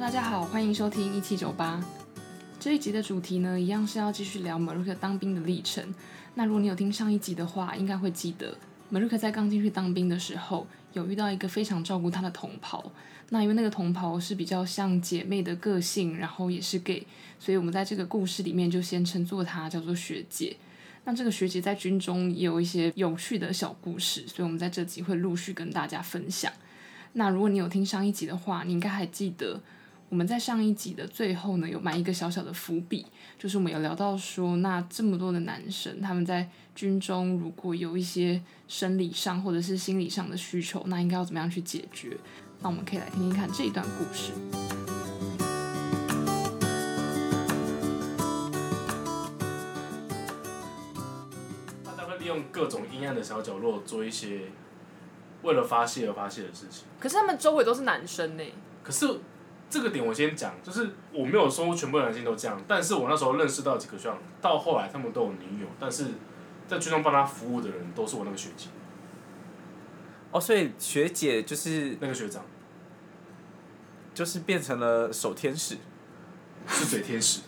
大家好，欢迎收听一七九八。这一集的主题呢，一样是要继续聊 Maruk 当兵的历程。那如果你有听上一集的话，应该会记得 Maruk 在刚进去当兵的时候，有遇到一个非常照顾他的同袍。那因为那个同袍是比较像姐妹的个性，然后也是 gay，所以我们在这个故事里面就先称作她叫做学姐。那这个学姐在军中也有一些有趣的小故事，所以我们在这集会陆续跟大家分享。那如果你有听上一集的话，你应该还记得我们在上一集的最后呢，有埋一个小小的伏笔，就是我们有聊到说，那这么多的男生，他们在军中如果有一些生理上或者是心理上的需求，那应该要怎么样去解决？那我们可以来听听看这一段故事。大家会利用各种阴暗的小角落做一些为了发泄而发泄的事情。可是他们周围都是男生呢，可是这个点我先讲，就是我没有说全部的男性都这样，但是我那时候认识到几个这样，到后来他们都有女友，但是在军中帮他服务的人都是我那个学姐、哦，所以学姐就是那个学长，就是变成了守天使，是嘴天使。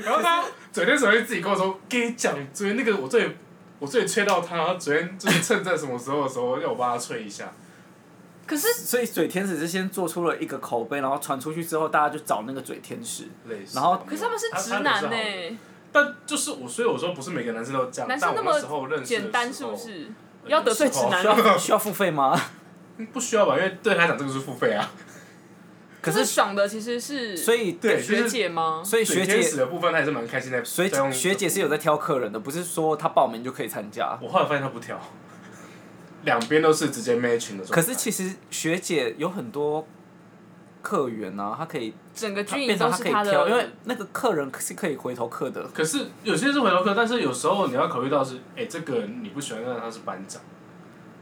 然后他嘴天使会自己跟我说：“跟你讲，昨天那个我最我最吹到他，然后昨天就是趁在什么时候的时候，要我帮他吹一下。”可是所以嘴天使是先做出了一个口碑，然后传出去之后，大家就找那个嘴天使。类似。然后可是他们是直男呢、但就是我，所以我说不是每个欸男生都这样。男生那但么我那时候呃认识的简单是时候不？是？要得罪直男哦需，要需要付费吗？ 不需要吧，因为对他讲这个是付费啊。可就是是爽的其实是所以对，就学是姐吗？所以学天使嗯姐的部分他也是蛮开心的。所以在用学姐是有在挑客人的，不是说她报名就可以参加。我后来发现他不挑，两边都是直接 matching 的状态。可是其实学姐有很多客源啊，她可以整个她军营变成都她是可以他挑，的，因为那个客人是可以回头客的。可是有些是回头客，但是有时候你要考虑到是，哎、这个人你不喜欢，但他是班长，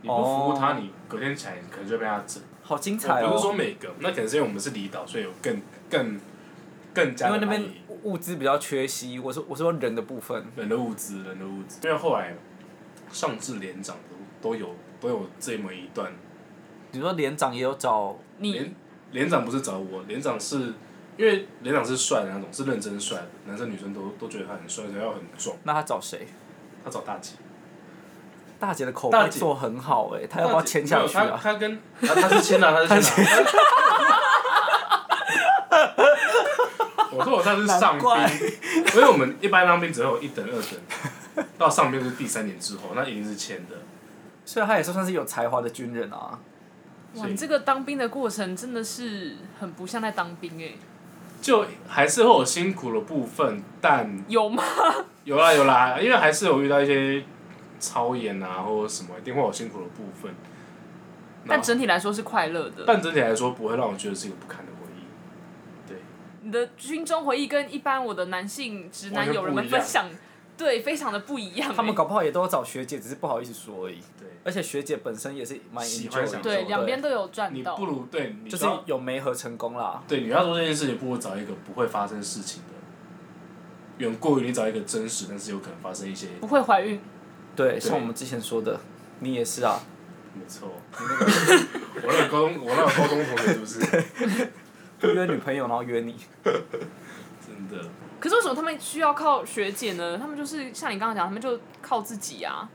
你不服务他，哦你隔天起来可能就被他整。好精彩我不是说哦！每个，那可能是因为我们是离岛，所以有更更更加因为的那边压抑物资比较缺稀，我说我说人的部分，人的物资，人的物资。因为后来上至连长都都有都有这么一段，你说连长也有找你连连长不是找我，连长是因为连长是帅的那种，是认真帅的，男生女生都都觉得他很帅，然后很壮。那他找谁？他找大姐，大姐的口大碑姐做很好哎、她要不要签下去没有他啊？ 他跟啊他是签了，他是签了。我说我上次上难怪兵，因为我们一般当兵只会有一等、二等，到上兵是第三年之后，那一定是签的。所以她也是算是有才华的军人啊。哇，你这个当兵的过程真的是很不像在当兵哎、就还是会有辛苦的部分，但有吗？有啦有啦，因为还是有遇到一些超演啊或者什么，一定会有辛苦的部分。但整体体来说是快乐的。但整体来说，不会让我觉得是一个不堪的回忆。你的军中回忆跟一般我的男性直完男全友人不们一样分享，对，非常的不一样、欸。他们搞不好也都有找学姐，只是不好意思说而已。对，而且学姐本身也是蛮喜 enjoy 欢的享受对两边都有赚你到，不如对，你就就是有媒合成功啦。对你要做这件事情，不如找一个不会发生事情的，远过于你找一个真实，但是有可能发生一些。不会怀孕。对，像我们之前说的，你也是啊。没 错，你那个我那个高中，我那个高中同学是不是？不约女朋友，然后约你，真的，可是为什么他们需要靠学姐呢？他们就是像你刚刚讲，他们就靠自己啊。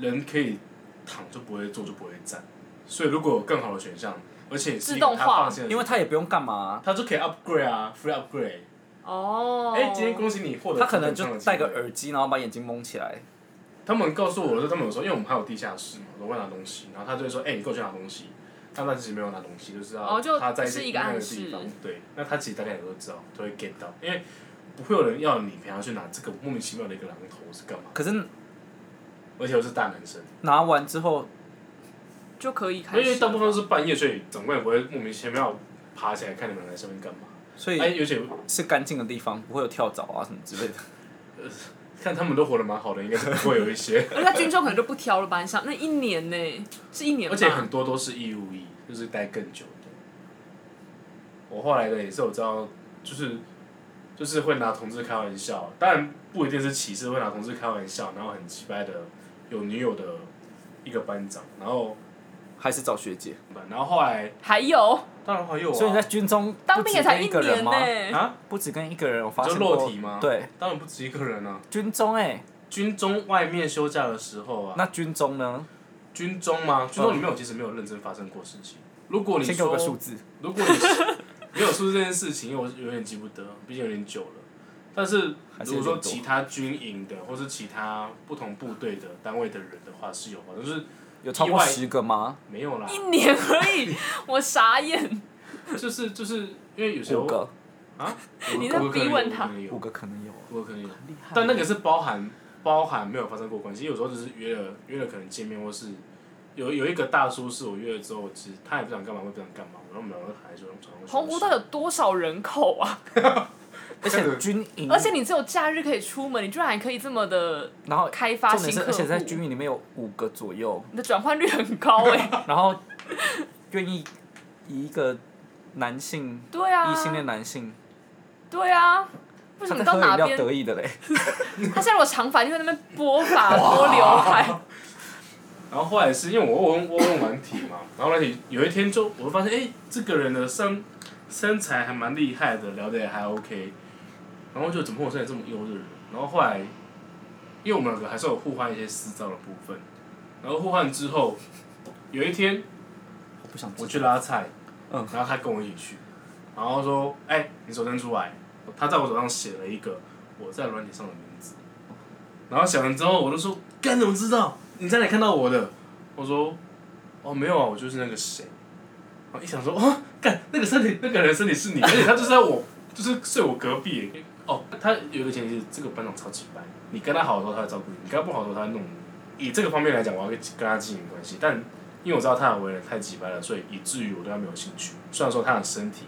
人可以躺就不会坐就不会站，所以如果有更好的选项，而且是一自个动他化放心的选项，因为她也不用干嘛、他就可以 upgrade 啊，free upgrade。哦。哎、今天恭喜你获得。她可能就戴个。耳机，然后把眼睛蒙起来。他们告诉我说，他们有时候因为我们还有地下室嘛，我会拿东西，然后他就会说，哎、你过去拿东西。他但其实没有拿东西，就是要哦就他在是一一个阴暗的暗示地方。对，那他其实大家也都知道，都会 get 到，因为不会有人要你陪他去拿这个莫名其妙的一个榔头是干嘛？可是而且我是大男生，拿完之后，就可以开因始。，为大部分都是半夜，所以总共也不会莫名其妙爬起来看你们在上面干嘛。所哎、以而且是干净的地方，不会有跳蚤啊什么之类的。看他们都活得蛮好的，应该是不会有一些 而且他军中可能就不挑了吧？你想那一年呢、是一年而吧且很多都是义务役，就是待更久的。我后来的也是有知道，就是就是会拿同志开玩笑，当然不一定是歧视，会拿同志开玩笑，然后很奇怪的有女友的一个班长，然后还是找学姐？然后后来还有当然还有啊，所以你在军中当兵也才不止跟一个年人呢、吗？啊，不止跟一个人，我发你现说过落体吗？，对，当然不止一个人啊。军中哎、军中外面休假的时候啊，那军中呢？军中吗？军中里面我其实没有认真发生过事情。如果你嗯先给我个数说，字， 如果你是没有说这件事情，因为我有点记不得，毕竟有点久了。但是还是如有果说点多其他军营的，或是其他不同部队的单位的人的话，是有吧？就是有超意过外十个吗？没有啦，一年而已，我傻眼。就是就是因为有时候五个，我你在我可能逼问有他我可能有五个可能有，我可能有，厉害。但那个是包含包含没有发生过关系，有时候只是约了约了可能见面，或是有有一个大叔是我约了之后，其实他也不想干嘛，我也不想干嘛，然后我们两个还是床上澎湖到底有多少人口啊？而且军营，而且你只有假日可以出门，你居然还可以这么的，然后开发重点新是，客户而且在军营里面有五个左右，你的转换率很高哎、然后愿意以一个男性 对啊，异性恋男性，对啊，为什他在么到喝饮哪料边？得意的嘞，他现在如果长发就在那边拨发、拨刘海，然后后来是因为我问我问完体嘛，然后那体有一天就我就发现，哎、这个人的身身材还蛮厉害的，聊得也还 OK，然后就怎么会有身材这么优的人？然后后来，因为我们两个还是有互换一些私照的部分，然后互换之后，有一天我不想知道我去拉菜，嗯然后他跟我一起去，然后说，哎、你手伸出来，他在我手上写了一个我在软体上的名字，然后写完之后，我就说，干怎么知道？你在哪里看到我的？我说，哦，没有啊，我就是那个谁。然后一想说，哦，干那个身体，那个人身体是你，而且他就是在我，就是睡我隔壁。哦，他有一个前提是，这个班长超级白，你跟他好的时候他会照顾你，你跟他不好的时候他会弄你。以这个方面来讲，我要跟跟他经营关系，但因为我知道他的为人太鸡掰了，所以以至于我对他没有兴趣。虽然说他的身体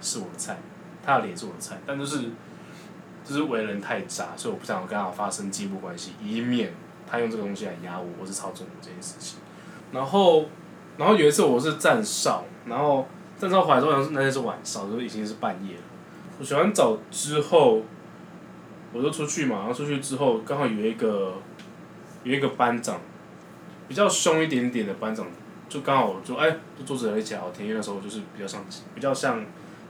是我的菜，他的脸是我的菜，但就是就是为人太渣，所以我不想跟他发生进一步关系，以免他用这个东西来压我，或是操纵我这件事情。然后，然后有一次我是站哨，然后站哨回来之后，好像是那天是晚上，就已经是半夜了。我洗完澡之后，我就出去嘛，然后出去之后刚好有一个有一个班长，比较凶一点点的班长，就刚好我就哎就坐着一起聊天，因为那时候就是比较像比较像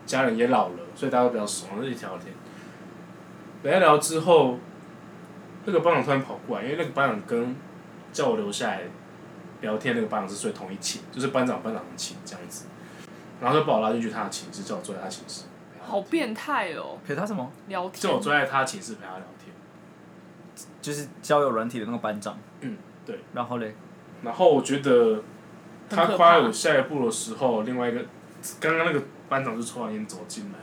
家人也老了，所以大家都比较熟，然后就一起聊天。聊一聊之后，那个班长突然跑过来，因为那个班长跟叫我留下来聊天那个班长是睡同一寝，就是班长班长的寝这样子，然后就把我拉进去他的寝室，叫我坐在他寝室，好变态哦、陪他什么？聊叫天我。坐在他寝室陪他聊天。就是交友软体的那个班长。嗯，对。然后嘞，然后我觉得很他可夸怕我下一步的时候，另外一个刚刚那个班长就抽完烟走进来，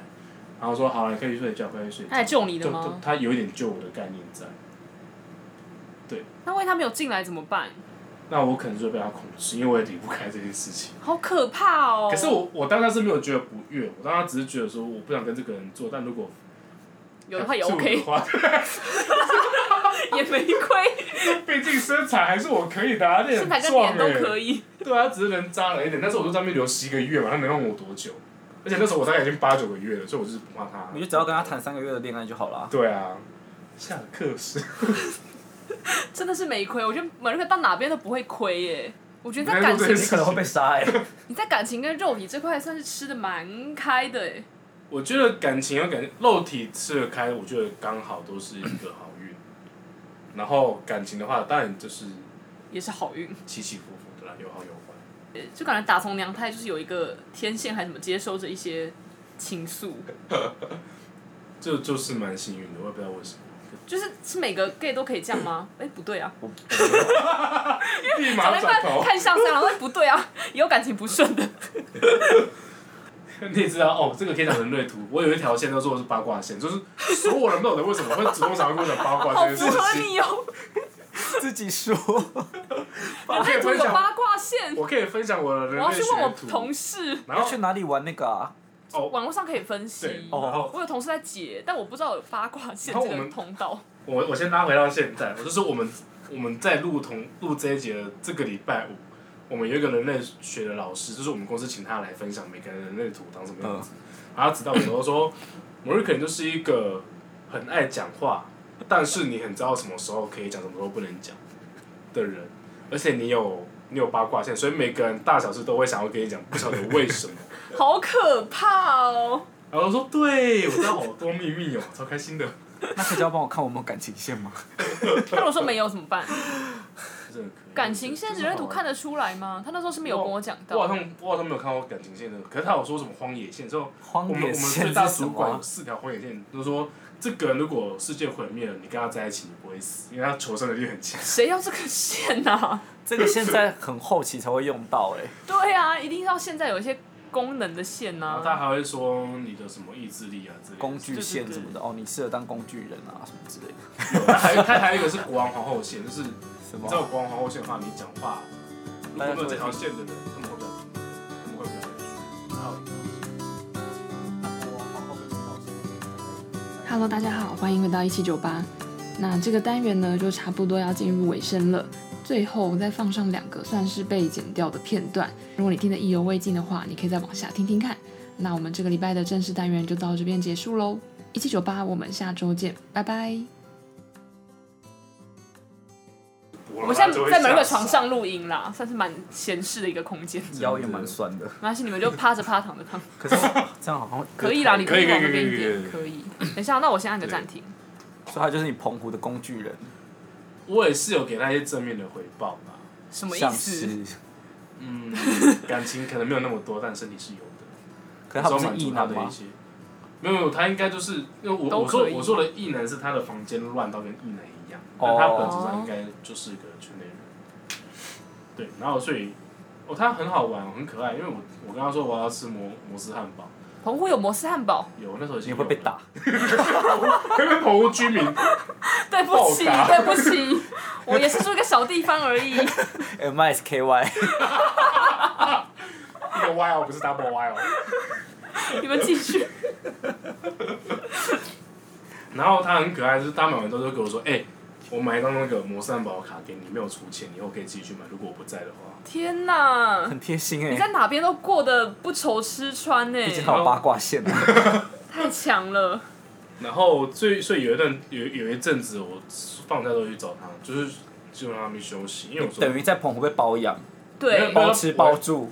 然后说：“好了，你可以去睡觉，可以去睡他来觉。救你就”的就吗？他有一点救我的概念在，那万一他没有进来怎么办？那我可能就被他控制，因为我也离不开这件事情。好可怕哦、可是我我当时是没有觉得不悦，我当时只是觉得说我不想跟这个人做，但如果有的话 也是我的 OK， 话也 没亏，毕竟身材还是我可以的、啊，那身材很跟壮脸欸都可以。 对啊，只是人渣了一点，但是我就在那边留十一个月嘛，他能让我多久？而且那时候我大概已经八九个月了，所以我就是不怕他。你就只要跟他谈三个月的恋爱就好了啊。对啊，下课时。 欸真的是没亏。我觉得马瑞克到哪边都不会亏耶、我觉得在你在感做情这，你可能会被杀哎、你在感情跟肉体这块算是吃的蛮开的耶、我觉得感情有感情，肉体吃得开，我觉得刚好都是一个好运。然后感情的话，当然就是也是好运。起起伏伏的啦，有好有坏。就感觉打从娘胎就是有一个天线，还怎么接收着一些情愫，这就是蛮幸运的，我也不知道为什么。就是是每个 gay 都可以这样吗？哎、不对啊，我立长马得转看头，看上这样，哎、不对啊，也有感情不 顺的，你也知道哦，这个可以讲人类图。我有一条线都说我是八卦线，就是所有人不懂得为什么会主动想要跟我讲八卦好这件符事合情。你哦。 自己 说，我可以人分类图有享，八卦 线，我可以分享我的人我类要去问我学图。同事，然后去哪里玩那个啊？哦，网络上可以分析对。哦然后我有同事在解，但我不知道有八卦线然后这我们个通道。我我先拉回到现在，我就说我们我们在录同录这一节的这个礼拜五，我们有一个人类学的老师，就是我们公司请他来分享每个人人类图长什么样子。嗯然后他指导我都说，某瑞可能就是一个很爱讲话，但是你很知道什么时候可以讲，什么时候不能讲的人，而且你有你有八卦线，所以每个人大小事都会想要跟你讲，不晓得为什么。好可怕哦！然后我说对，我知道好多秘密哦，超开心的。那可以要帮我看我们有感情线吗？他如果说没有怎么 办？真的可以感情线指认图看得出来吗？他那时候是没有跟我讲我好到，像我好像没有看过感情线的，可是他有说什么荒野线之后，荒我们我野们最线大是什主管有么？啊四条荒野线，就是说这个人如果世界毁灭了，你跟他在一起你不会死，因为他求生能力很 强。谁要这个线呐、啊？这个现在很后期才会用到哎、对啊，一定要现在有一些功能的线啊然呐、后他还会说你的什么意志力啊之类的。工 具线什么的哦，你适合当工具人啊什么之类的。他还他还有一个是国王皇后线，就是你什么知？道国王皇后线的话，你讲话如果没有这条线的人，他们会比较他们会比较有趣然后啊 Hello，大家好，欢迎回到一七九八。那这个单元呢，就差不多要进入尾声了。最后我再放上两个算是被剪掉的片段，如果你听得意犹未尽的话，你可以再往下听听看。那我们这个礼拜的正式单元就到这边结束喽。一七九八，我们下周见，拜拜。我们现在在某一个啊床，上录音啦，算是蛮闲适的一个空间。腰也蛮酸的，没关系，你们就趴着趴躺 着躺，可是我这样好像可以啦，你以可以往那边一可以点，可以。等一下，那我先按个暂停。所以他就是你澎湖的工具人，我也是有给他一些正面的回报吧。什么意像思？是，嗯，感情可能没有那么多，但身体是有的。可是他不是满异足他男的一吗？些，没有没有，他应该就是因为我都我说可以我说的异男是他的房间乱到跟异男一样，哦但他本质上应该就是个圈内人。对，然后所以哦，他很好玩，很可爱，因为我我跟他说我要吃摩摩斯汉堡，澎湖有摩斯汉堡，有那时候已经你有会被打，了，会被澎湖居民对不 起，暴打对不起，我也是住一个小地方而已。 M S K Y，一个 Y 哦，不是 double Y 哦。你们继续。然后他很可爱，就是他买完之后就跟我说，哎、我买一张那个摩斯汉堡卡给你，没有出钱，以后可以自己去买，如果我不在的话。天哪！很贴心你哎、在哪边都过得不愁吃穿呢、毕竟他有八卦线啊。太强了。然后最所以有一段有有一阵子我放假都去找他，就是基本上没休息，因为我说等于在澎湖被包养，没有对没，有包吃包住，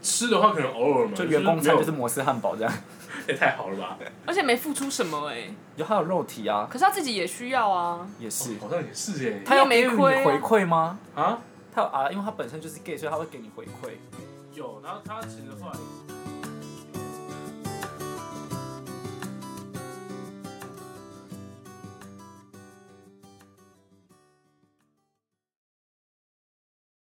吃的话可能偶尔嘛，就员工餐就是是没摩斯汉堡这样。 有也太好了吧？而且没付出什么哎、有还有肉体啊，可是他自己也需要啊。也是哦。好像也是耶他他有有没给你亏啊回馈吗？啊，他有啊，因为他本身就是 gay，所以他会给你回馈。有，然后他其实后来。